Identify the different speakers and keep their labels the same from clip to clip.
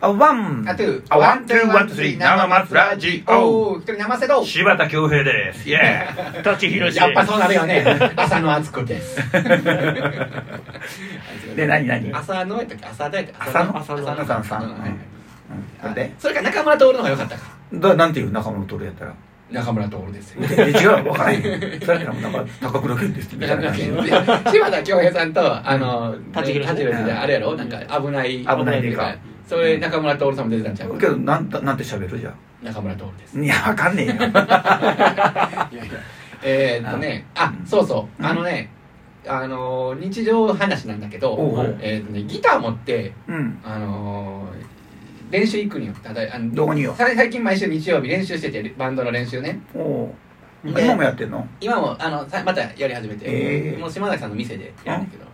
Speaker 1: あワン
Speaker 2: あ、トゥ
Speaker 3: あワンツーワンツースリー生松ラジオ
Speaker 2: おー一人生せろ
Speaker 3: 柴田恭平ですイエーイ舘ひろし
Speaker 2: やっぱそうなるよね。浅野敦子 です。
Speaker 1: で何何
Speaker 2: 浅野やったっけ浅野やったっけ
Speaker 1: 浅野
Speaker 2: 浅野
Speaker 1: 浅野さんさん
Speaker 2: はいはい
Speaker 1: うんなんで
Speaker 2: それか中村徹の方が良かったか。
Speaker 1: だなんていう中村徹やったら
Speaker 2: 中村徹ですよ。
Speaker 1: え違うわからへんよそれならなんか高倉健ですみたい
Speaker 2: 中
Speaker 1: な
Speaker 2: 村
Speaker 1: 感じ
Speaker 2: 健柴田恭平さんと、あの、
Speaker 4: 舘ひろし
Speaker 2: 舘ひろしであれやろなんか危ない。
Speaker 1: 危ないでか
Speaker 2: それ中村徹さんも出てたんちゃう
Speaker 1: けどなんだなんて喋るじゃん
Speaker 2: 中村徹です。
Speaker 1: いやわかんねえよ
Speaker 2: えーっとね、あ、そうそう、あのね、あのー、日常話なんだけど
Speaker 1: おうおう、
Speaker 2: えーっとね、ギター持って、
Speaker 1: うん
Speaker 2: あのー、練習行くんよ。ただ、あの
Speaker 1: どこによ
Speaker 2: さ最近毎週日曜日練習してて、バンドの練習ね。
Speaker 1: おおう
Speaker 2: で
Speaker 1: 今もやってんの
Speaker 2: 今も、あの、さまたやり始めて、
Speaker 1: えー
Speaker 2: もう島崎さんの店でやるんだけど、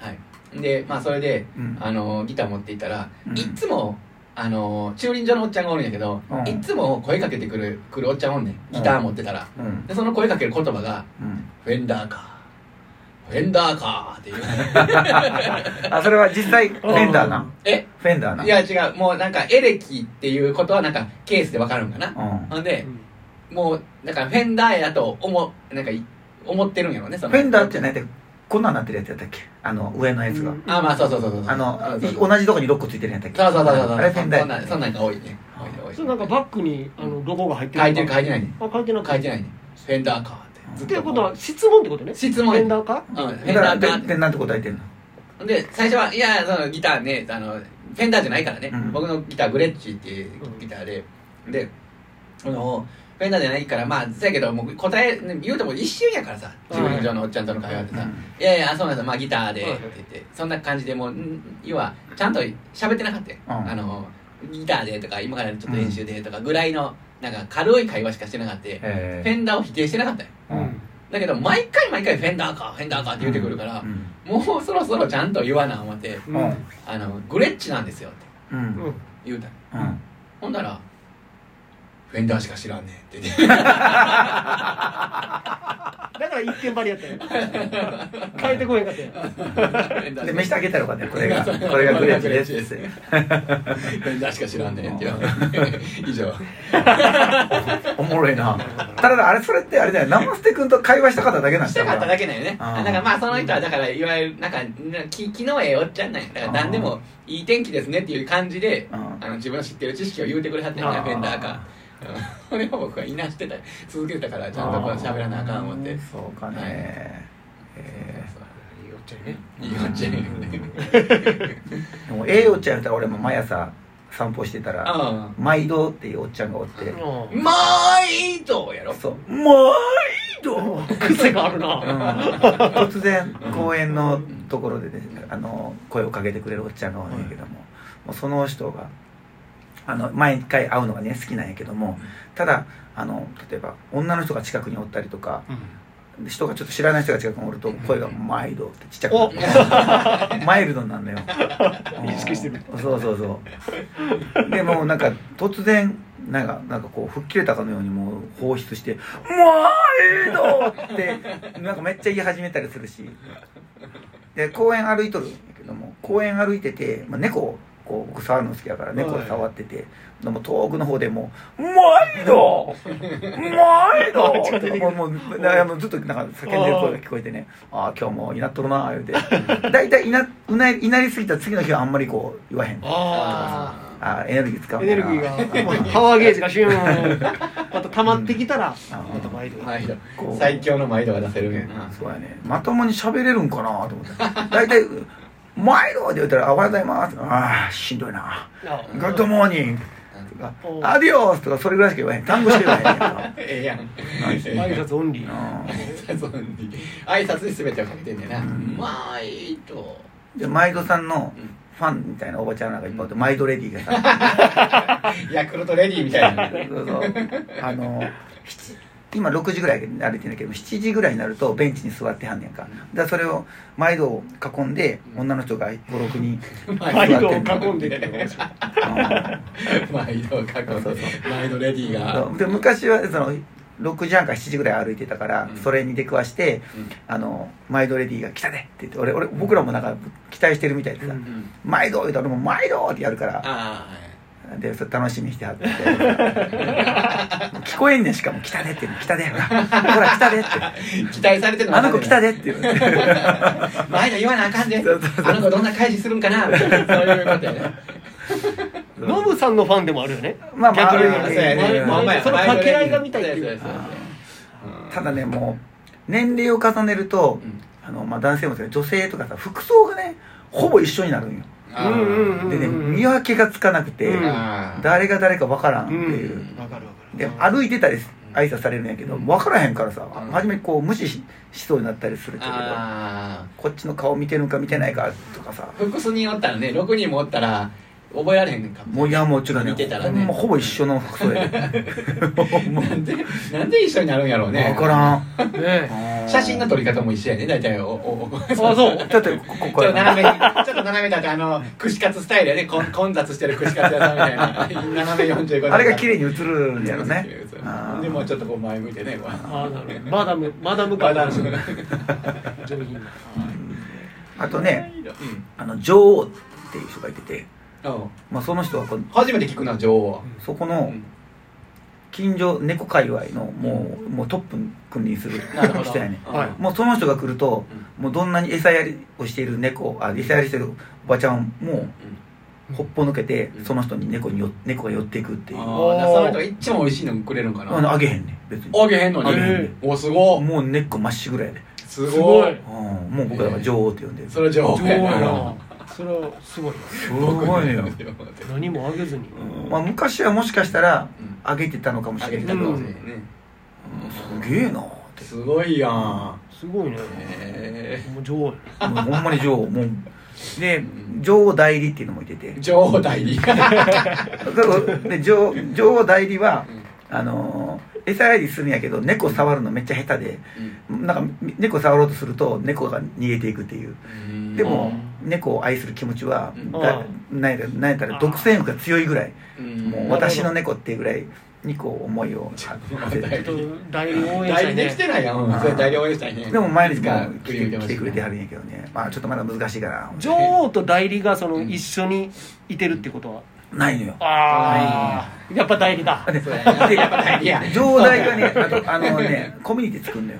Speaker 2: はい。で、まあ、それで、
Speaker 1: うん
Speaker 2: あのー、ギター持って行ったら、
Speaker 1: うん
Speaker 2: いっつも、あのー、駐輪場のおっちゃんがおるんやけど、
Speaker 1: うん
Speaker 2: いっつも声かけてくる、くるおっちゃんおんねん。ギター持ってたら。
Speaker 1: うん
Speaker 2: で、その声かける言葉が、
Speaker 1: うん
Speaker 2: フェンダーか。フェンダーかっていう。
Speaker 1: あそれは実際フェンダーな
Speaker 2: え
Speaker 1: フェンダーない
Speaker 2: や違う、もうなんかエレキっていうことはなんかケースでわかるんかな。
Speaker 1: うん
Speaker 2: ほんで、もうなんかフェンダーやと思う、なんかい思ってるんやろね、その。
Speaker 1: フェンダーって何やってこんなんなってるやつやったっけあの上のやつが、
Speaker 4: うん
Speaker 2: あ、まあそうそうそうそう。
Speaker 1: あの
Speaker 2: そうそうそう
Speaker 1: 同じとこに6個ついてるやつやったっけ
Speaker 2: そうそうそうそうそう。
Speaker 1: あれフェンダー
Speaker 2: そんな、そんなんが多いね。多いね多い
Speaker 4: それなんかバックにあのロゴが入って
Speaker 2: 書いてる
Speaker 4: か
Speaker 2: 書いてないね。
Speaker 4: あ書いてなく
Speaker 2: 書いてないね。フェンダーかって。ず
Speaker 4: っ
Speaker 2: って
Speaker 4: いう
Speaker 2: と
Speaker 4: こ
Speaker 2: ことと
Speaker 4: は質問ってことね
Speaker 2: 質問
Speaker 4: フェンダーか
Speaker 2: うん、フェ
Speaker 1: だか
Speaker 2: ンダ
Speaker 1: ら
Speaker 2: ーか
Speaker 1: で
Speaker 2: っ
Speaker 1: で
Speaker 2: て。
Speaker 1: なんて答えてんの
Speaker 2: ほんで、最初は、いや、そのギターね、あの、フェンダーじゃないからね。
Speaker 1: うん
Speaker 2: 僕のギター、グレッチっていうギターで。で、あの、フェンダーじゃないから、まあ、せやけど、もう答え、言うても一瞬やからさ、
Speaker 4: はい
Speaker 2: 自分上のおっちゃんとの会話でさ、
Speaker 1: うん
Speaker 2: いやいや、そうなんですよまあギターで、っ
Speaker 4: はい
Speaker 2: て言って、そんな感じでもう、ん要は、ちゃんと喋ってなかったよ。
Speaker 1: うん
Speaker 2: あの、ギターでとか、今からちょっと練習でとかぐらいの、なんか軽い会話しかしてなかった。フ
Speaker 1: え
Speaker 2: ェンダーを否定してなかったよ。
Speaker 1: ーうん
Speaker 2: だけど、毎回毎回フェンダーか、フェンダーかって言ってくるから
Speaker 1: う、ん
Speaker 2: もうそろそろちゃんと言わな思って、
Speaker 4: う
Speaker 1: うんうん
Speaker 2: あの、グレッチなんですよって
Speaker 1: う
Speaker 4: うんん
Speaker 2: 言うたの
Speaker 1: うん
Speaker 2: ほんなら、フェンダーしか知らんねんって言って。
Speaker 4: だから一点張りやったよ変えてこへんかったよ
Speaker 1: で飯してあげたらよか ったよこれがこれがグレーチですって
Speaker 2: フェンダーしか知らんねんって言われて。 以上。
Speaker 1: おもろいなただあれそれってあれだよ生捨て君と会話したかっただけなん
Speaker 2: し
Speaker 1: ちゃ
Speaker 2: た
Speaker 1: うか
Speaker 2: かっただけだよね。
Speaker 1: あ
Speaker 2: だ
Speaker 1: ー
Speaker 2: からまあその人はだからいわゆるなんかなき気のええおっちゃんなんや。だから何でもいい天気ですねっていう感じで、
Speaker 1: うん
Speaker 2: あの自分の知ってる知識を言うてくれはってんね
Speaker 1: あー
Speaker 2: フェンダーか。 それを僕はいなしてた続けてたからちゃんとこう喋らなあかん思って。
Speaker 1: そうか
Speaker 2: はい
Speaker 1: ねえ
Speaker 4: いいおっちゃんね
Speaker 2: いいおっちゃんやね。
Speaker 1: ーでもええおっちゃんやったら俺も毎朝散歩してたら
Speaker 2: う
Speaker 1: 毎度っていうおっちゃんがおって
Speaker 2: ん。まあいいとやろ。
Speaker 1: そう毎度
Speaker 4: 癖がある
Speaker 1: うん
Speaker 4: な
Speaker 1: 突然公園のところでねあの声をかけてくれるおっちゃんがおるんやけども,、もうその人があの毎回会うのがね好きなんやけどもただあの例えば女の人が近くにおったりとか人がちょっと知らない人が近くにおると声が「マイルド」ってちっちゃくなって マイルドになるのよ
Speaker 4: 意識してる
Speaker 1: うんそうそうそうでもうなんか突然なんかなんかこう吹っ切れたかのようにもう放出して「マイルド!」ってなんかめっちゃ言い始めたりするしで公園歩いとるんやけども公園歩いてて、まあ、猫をこう僕触るの好きだから猫を触ってて、でも遠くの方でも「マイ ドマイド!」
Speaker 4: 近づいてくる
Speaker 1: もうもうだからもうずっとなんか叫んでる声が聞こえてね「ああ今日もいなっとるな」言うて 大体いなうないいなりすぎたら次の日はあんまりこう言わへんあ
Speaker 4: あ
Speaker 1: あエネルギー使う
Speaker 4: あ
Speaker 1: んだ
Speaker 4: エネ
Speaker 1: な
Speaker 4: ルギーがパワーゲージがシューンまた溜まってきたら
Speaker 1: うん
Speaker 4: また毎度
Speaker 2: 毎度
Speaker 1: こう
Speaker 2: 最強の毎度が出せるね。
Speaker 1: そうやねまともに喋れるんかなと思って大体「マイド!」って言ったら「あおはようございます」ああしんどいな
Speaker 4: あ
Speaker 1: 「グッドモーニング」とか「アディオス」とかそれぐらいしか言わへん単語しか言わへんやんか
Speaker 2: ええやん。
Speaker 4: 挨拶オンリー
Speaker 2: 挨拶に全てをかけてんねんな。まあいいと。
Speaker 1: うんで毎度さんのファンみたいなおばちゃんなんかいっぱいおって毎度レディーがさ
Speaker 2: ヤクルトレディーみたいな。
Speaker 1: そうそうあの7今6時ぐらいに慣れてんだけど7時ぐらいになるとベンチに座ってはんねやんかだからそれを毎度を囲んで女の人が56人
Speaker 4: 毎度を
Speaker 1: 座ってんの
Speaker 4: 囲んでっていうのが面白い
Speaker 2: 毎度過去
Speaker 1: そう
Speaker 2: で毎度レディー
Speaker 1: う
Speaker 2: が
Speaker 1: んで昔はその6時半から7時ぐらい歩いてたから、
Speaker 2: うん
Speaker 1: それに出くわして、
Speaker 2: うん
Speaker 1: あの毎度レディーが来たねって言って俺俺僕らもなんか期待してるみたいでさ、
Speaker 4: うん
Speaker 1: 毎度言うたら俺も毎度ってやるから
Speaker 2: あ
Speaker 1: でそれ楽しみにしてはって 聞こえんねんしかも「来たで」って言うの「来たで」ほらほら来たで」って
Speaker 2: 期待されて る
Speaker 1: 「あの子来た
Speaker 2: で
Speaker 1: で」って言うの
Speaker 2: 前の言わなあかんで
Speaker 1: そうそうそう
Speaker 2: あの子どんな開示するんかなみたいなそういうことやね
Speaker 4: ノブさんのファンでもあるよね
Speaker 1: まあまあ
Speaker 4: 逆に言うと
Speaker 2: そうやね
Speaker 4: 前
Speaker 2: ほんまや
Speaker 4: その掛け合いが見たいっていう
Speaker 2: そうやそうやそうや
Speaker 1: ただねもう年齢を重ねると、
Speaker 2: うん
Speaker 1: あのまあ、男性もそうですけど女性とかさ服装がねほぼ一緒になるんよ
Speaker 2: あー
Speaker 4: うんうん
Speaker 1: でね
Speaker 4: ん
Speaker 1: 見分けがつかなくて、
Speaker 4: うん
Speaker 2: あー
Speaker 1: 誰が誰かわからんっていう、
Speaker 2: ん
Speaker 4: わかるわかる
Speaker 1: で歩いてたりす挨拶されるんやけど
Speaker 2: うん
Speaker 1: 分からへんからさ、
Speaker 2: うん
Speaker 1: 初めこう無視ししそうになったりするけど
Speaker 2: あ
Speaker 1: こっちの顔見てるんか見てないかとかさ
Speaker 2: ー複数人おったらね6人もおったら覚えられへんかも
Speaker 1: もういやもうちょっとね
Speaker 2: 見てたら
Speaker 1: ほ
Speaker 2: ね
Speaker 1: んまほぼ一緒の服装や で もう
Speaker 2: なんでなんで一緒になるんやろうね
Speaker 1: 分からん
Speaker 4: ね
Speaker 2: 写真の撮り方も一緒やね大体おおお
Speaker 4: えあそう
Speaker 1: ちょっとここ
Speaker 2: ちょっ
Speaker 1: から
Speaker 2: と斜めに、ちょっと斜めだって、あの、串カツスタイルやね、こん混雑してる串カツ屋さんみたいな。斜め45度。
Speaker 1: あれが綺
Speaker 2: 麗
Speaker 1: 麗に映るんやろねあー
Speaker 2: でもうちょっとこう前向いてね、こう。
Speaker 4: ああなるほどマダムマダム
Speaker 2: バ
Speaker 4: 感
Speaker 2: ダンス。
Speaker 4: 上
Speaker 2: うん。
Speaker 4: 品な
Speaker 1: あとねあの女王っていう人がいてて、まあ、その人はこの
Speaker 2: 初めて聞くな、女王は。
Speaker 1: そこ
Speaker 2: う
Speaker 1: の
Speaker 2: ん
Speaker 1: 近所猫界隈のもう,、もうトップ君にする
Speaker 2: なるほど。
Speaker 1: 人やね
Speaker 4: はい
Speaker 1: もうその人が来ると、もうどんなに餌やりをしている猫あ餌やりしてるおばちゃんもほっぽ抜けて、
Speaker 2: うん
Speaker 1: その人に猫によ猫が寄っていくっていう
Speaker 2: あ
Speaker 1: あ
Speaker 2: あ、だからその人が一番美味しいのくれるんかな。
Speaker 1: のあげへんねん別に
Speaker 2: あげへんの
Speaker 1: あげへ
Speaker 2: に。
Speaker 1: んねん
Speaker 2: お、すごい。
Speaker 1: もう根っこまっしぐらいで、
Speaker 2: す
Speaker 4: す
Speaker 2: ご
Speaker 4: ご
Speaker 2: い
Speaker 4: い。
Speaker 1: うん、もう僕らは女王って呼んでる、
Speaker 2: それ女王
Speaker 4: 上
Speaker 2: や
Speaker 4: や
Speaker 2: な。
Speaker 4: なそれはすごいな
Speaker 1: すごいのよ、
Speaker 4: 何もあげずに
Speaker 1: うんまあ、昔はもしかしたらあげてたのかもし
Speaker 2: あ
Speaker 1: れ
Speaker 2: げ
Speaker 1: な
Speaker 2: て
Speaker 1: い
Speaker 2: た
Speaker 1: け
Speaker 2: か
Speaker 1: ど、
Speaker 2: も
Speaker 1: う
Speaker 2: し
Speaker 1: ん
Speaker 2: れないね。
Speaker 1: すげえなって
Speaker 2: すごいやん。
Speaker 4: すごいね
Speaker 2: え
Speaker 4: もう女王や
Speaker 1: もうほんまに女王もうで
Speaker 2: ん
Speaker 1: 女王代理っていうのもいてて
Speaker 2: ー、女王代理。
Speaker 1: で女王女王代理は
Speaker 2: うん
Speaker 1: あのー餌やりするんやけど猫触るのめっちゃ下手で
Speaker 2: うん
Speaker 1: なんかみ猫触ろうとすると猫が逃げていくっていうでも猫を愛する気持ちは
Speaker 2: うん
Speaker 1: だなんやなんやったら独占欲が強いぐらい
Speaker 2: うん
Speaker 1: もう私の猫っていうぐらいにこう思いを
Speaker 2: ちょっと
Speaker 1: 馳せて
Speaker 2: 代理
Speaker 4: ちょっと代理応援した
Speaker 2: 代理
Speaker 4: い
Speaker 2: でき
Speaker 4: ね
Speaker 2: てないやん、
Speaker 1: ん
Speaker 2: それ代理応援したいね
Speaker 1: でも毎日
Speaker 2: いつか
Speaker 1: も来て来てくれてはるんやけどねまあちょっとまだ難しいから
Speaker 4: 女王と代理がその
Speaker 2: うん
Speaker 4: 一緒にいてるってことは
Speaker 1: ないのよ
Speaker 4: ああやっぱ代理だ
Speaker 2: そうやなやっぱ代理や
Speaker 1: 上代がねあとあのねコミュニティ作るのよ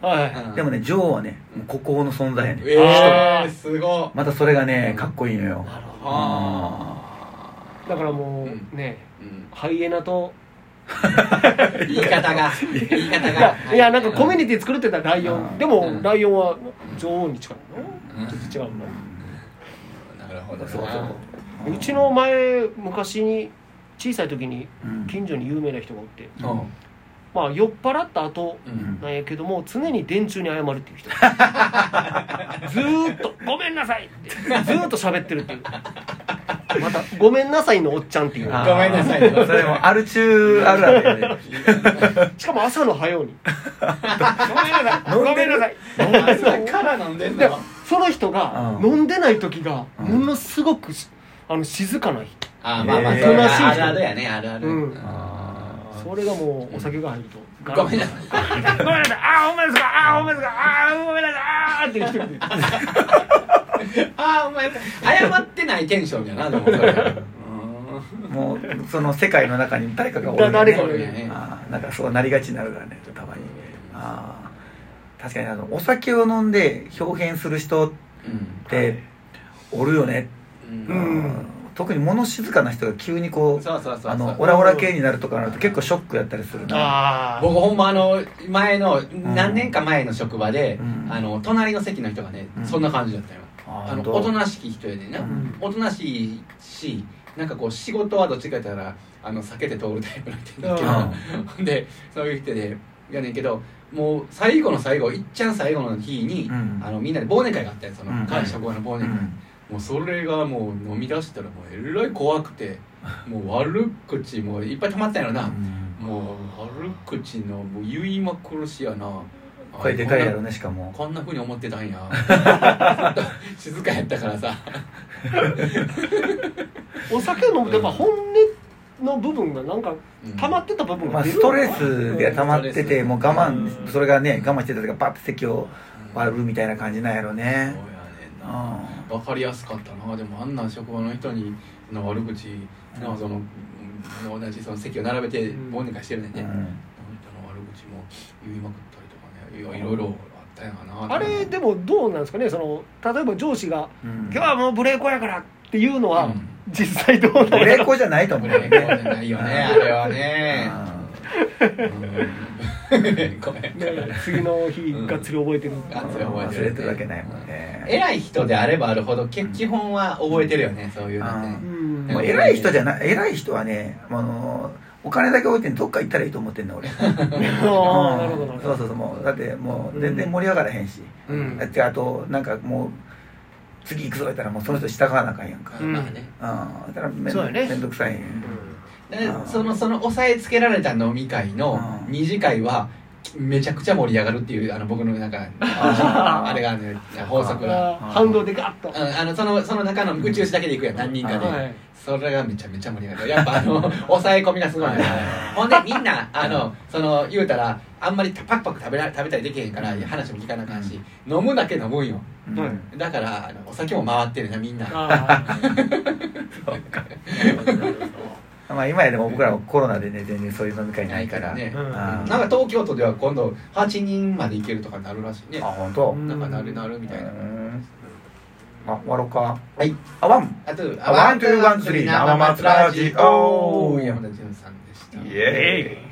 Speaker 4: は
Speaker 1: でもね女王はねもう孤高の存在やね
Speaker 2: ええー、すごい
Speaker 1: またそれがねかっこいいのよ
Speaker 4: いなるほ
Speaker 2: あ
Speaker 4: どだからも
Speaker 2: うん
Speaker 4: うね
Speaker 2: ーうん
Speaker 4: ハイエナと
Speaker 2: 言い方が言い方
Speaker 4: いや
Speaker 2: が
Speaker 4: いやなんかコミュ
Speaker 2: ニ
Speaker 4: ニティ作るって言ったらライオ
Speaker 1: うん
Speaker 4: ンでも
Speaker 2: うん
Speaker 4: ライオンは女王に近い
Speaker 2: うん
Speaker 4: のちょっと違うの
Speaker 2: なるほどな
Speaker 1: そうそう
Speaker 4: うちの前昔に小さい時に
Speaker 1: うん
Speaker 4: 近所に有名な人がおって
Speaker 2: うん
Speaker 4: まあ酔っ払った後
Speaker 2: うん
Speaker 4: なんやけども常に電柱に謝るっていう人ずーっと「ごめんなさい」ってずーっと喋ってるっていうまた「ごめんなさい」のおっちゃんっていう
Speaker 1: あー
Speaker 2: ごめんなさい
Speaker 1: それもある中あるあるやね
Speaker 4: しかも朝の早うにごめんなさいごめんなさい
Speaker 2: 朝から飲んでん
Speaker 4: で
Speaker 2: の
Speaker 4: その人が
Speaker 1: うん
Speaker 4: 飲んでない時が
Speaker 1: うん
Speaker 4: ものすごくしあの静かな人
Speaker 2: あーまあまあ
Speaker 1: えー
Speaker 2: そうやあるあるやねあるある
Speaker 4: うん
Speaker 2: あー
Speaker 4: それがもうお酒が入るとガラ
Speaker 2: ごめんなさい
Speaker 4: ごめんなさいあーごめんなさいあーごめんなさいあーごめんなさいあーって言ってくる
Speaker 2: あーお前謝ってないテンションやなでもそれうん
Speaker 1: もうその世界の中に誰かがおるよね
Speaker 4: 誰かが
Speaker 2: おるよね
Speaker 1: あーなんかそうなりがちになるからねたまにあー確かにあのお酒を飲んで表現する人っ
Speaker 2: うん
Speaker 1: ておるよね、
Speaker 2: う
Speaker 4: うんん
Speaker 1: 特に物静かな人が急にこう
Speaker 2: そうそうそうそう
Speaker 1: あのオラオラ系になるとかなると結構ショックやったりするな
Speaker 4: あ
Speaker 2: 僕ほんまあの前の何年か前の職場で、
Speaker 1: うん
Speaker 2: あの隣の席の人がね、
Speaker 1: うん
Speaker 2: そんな感じだったよ
Speaker 1: あ
Speaker 2: あ
Speaker 1: 本
Speaker 2: の
Speaker 1: 当
Speaker 2: おとなしき人やねんな、
Speaker 1: うん
Speaker 2: おとなしいしなんかこう仕事はどっちかやったらあの避けて通るタイプの人だけど、ほん でそういう人でやねんけどもう最後の最後いっちゃん最後の日に、
Speaker 1: うん
Speaker 2: あのみんなで忘年会があったよその、
Speaker 1: うん
Speaker 2: 会社後の忘
Speaker 1: う
Speaker 2: 年会、
Speaker 1: ん
Speaker 2: もうそれがもう飲み出したらもうえらい怖くてもう悪口もいっぱい溜まってたんやろな、もう悪口のもう言いまくるしやな
Speaker 1: 声でかいやろねしかも
Speaker 2: こんなふうに思ってたんや 静かやったからさ
Speaker 4: ーお酒を飲むとやっぱ本音の部分がなんか溜まってた部分
Speaker 1: ま
Speaker 4: が
Speaker 1: あ、
Speaker 4: 出る
Speaker 1: ストレスが溜まってて、
Speaker 2: うん
Speaker 1: もう我慢、
Speaker 4: うん
Speaker 1: それがね、我慢してた時がパッて席を
Speaker 2: うん
Speaker 1: 割るみたいな感じなんやろ
Speaker 2: そうや
Speaker 1: ね
Speaker 2: ね。んな分かりやすかったなでもあんな職場の人にの悪口のその、うん、同じその席を並べて忘年会してるねんね、
Speaker 1: う
Speaker 2: あの
Speaker 1: ん
Speaker 2: 人の悪口も言いまくったりとかねいやいろいろあったんやなと
Speaker 4: あれでもどうなんですかねその例えば上司が
Speaker 1: うん
Speaker 4: 「今日はもうブレーコやから」っていうのは、
Speaker 2: うん
Speaker 4: 実際どう
Speaker 1: ブ
Speaker 4: なん
Speaker 1: レ
Speaker 4: や
Speaker 1: ーコじゃないと思
Speaker 2: ブ
Speaker 1: う
Speaker 2: レ
Speaker 1: よ
Speaker 2: ーコ
Speaker 1: ね
Speaker 2: ーじゃないよねあれはねうんごめん
Speaker 4: ね次の日がっつり覚えてる、
Speaker 2: がっつり
Speaker 1: うん
Speaker 2: 覚え
Speaker 1: 忘
Speaker 2: てる
Speaker 1: れてるわけないもんね
Speaker 2: 偉い人であればあるほどけ基本は覚えてるよねそういうの
Speaker 4: う
Speaker 2: ね
Speaker 4: ん
Speaker 1: もう偉い人じゃない偉い人はねあのお金だけ置いてどっか行ったらいいと思ってんの俺
Speaker 4: ああなるほどな
Speaker 1: う
Speaker 4: る
Speaker 1: ん
Speaker 4: ほ
Speaker 1: そう
Speaker 4: ど
Speaker 1: そうそうもうだってもう全然盛り上がらへんし、
Speaker 4: うん
Speaker 1: だってあとなんかもう次行くぞ言ったらもうその人従わなあかんやんか、
Speaker 4: う
Speaker 1: うんん、
Speaker 2: まあね
Speaker 1: だからめん
Speaker 4: そうやね
Speaker 1: めんどくさいね
Speaker 2: で
Speaker 1: うん
Speaker 2: そのその押さえつけられた飲み会の
Speaker 1: うん
Speaker 2: 二次会はめちゃくちゃ盛り上がるっていうあの僕のなんか
Speaker 1: あー
Speaker 2: あれがあるのよ法則が、
Speaker 4: あー反動でガッと、
Speaker 2: うん、あのそのその中の宇宙士だけで行くやん何人かで、
Speaker 4: はい
Speaker 2: それがめちゃめちゃ盛り上がるやっぱあの抑え込みがすごいねほんでみんなあのその言うたらあんまりパクパク食べら食べたりできへんから話も聞かなあかんし、飲むだけ飲むんよ
Speaker 1: うん
Speaker 4: はい
Speaker 2: だからあのお酒も回ってるなみんな
Speaker 4: あ あ
Speaker 1: まあ今やでも僕らもコロナでね全然そういう飲み会ないから
Speaker 2: ないか
Speaker 4: う
Speaker 2: ら
Speaker 4: ん
Speaker 1: あ
Speaker 2: なんか東京都では今度8人まで行けるとかなるらしいね
Speaker 1: あ本当
Speaker 4: うん
Speaker 2: なんかなるなるみたいな
Speaker 1: うんあ終わろうか
Speaker 2: はい
Speaker 1: あワン
Speaker 2: あと
Speaker 1: あワンツーワンスリー生松ラジオ
Speaker 2: 山田純さんでした
Speaker 3: イエーイ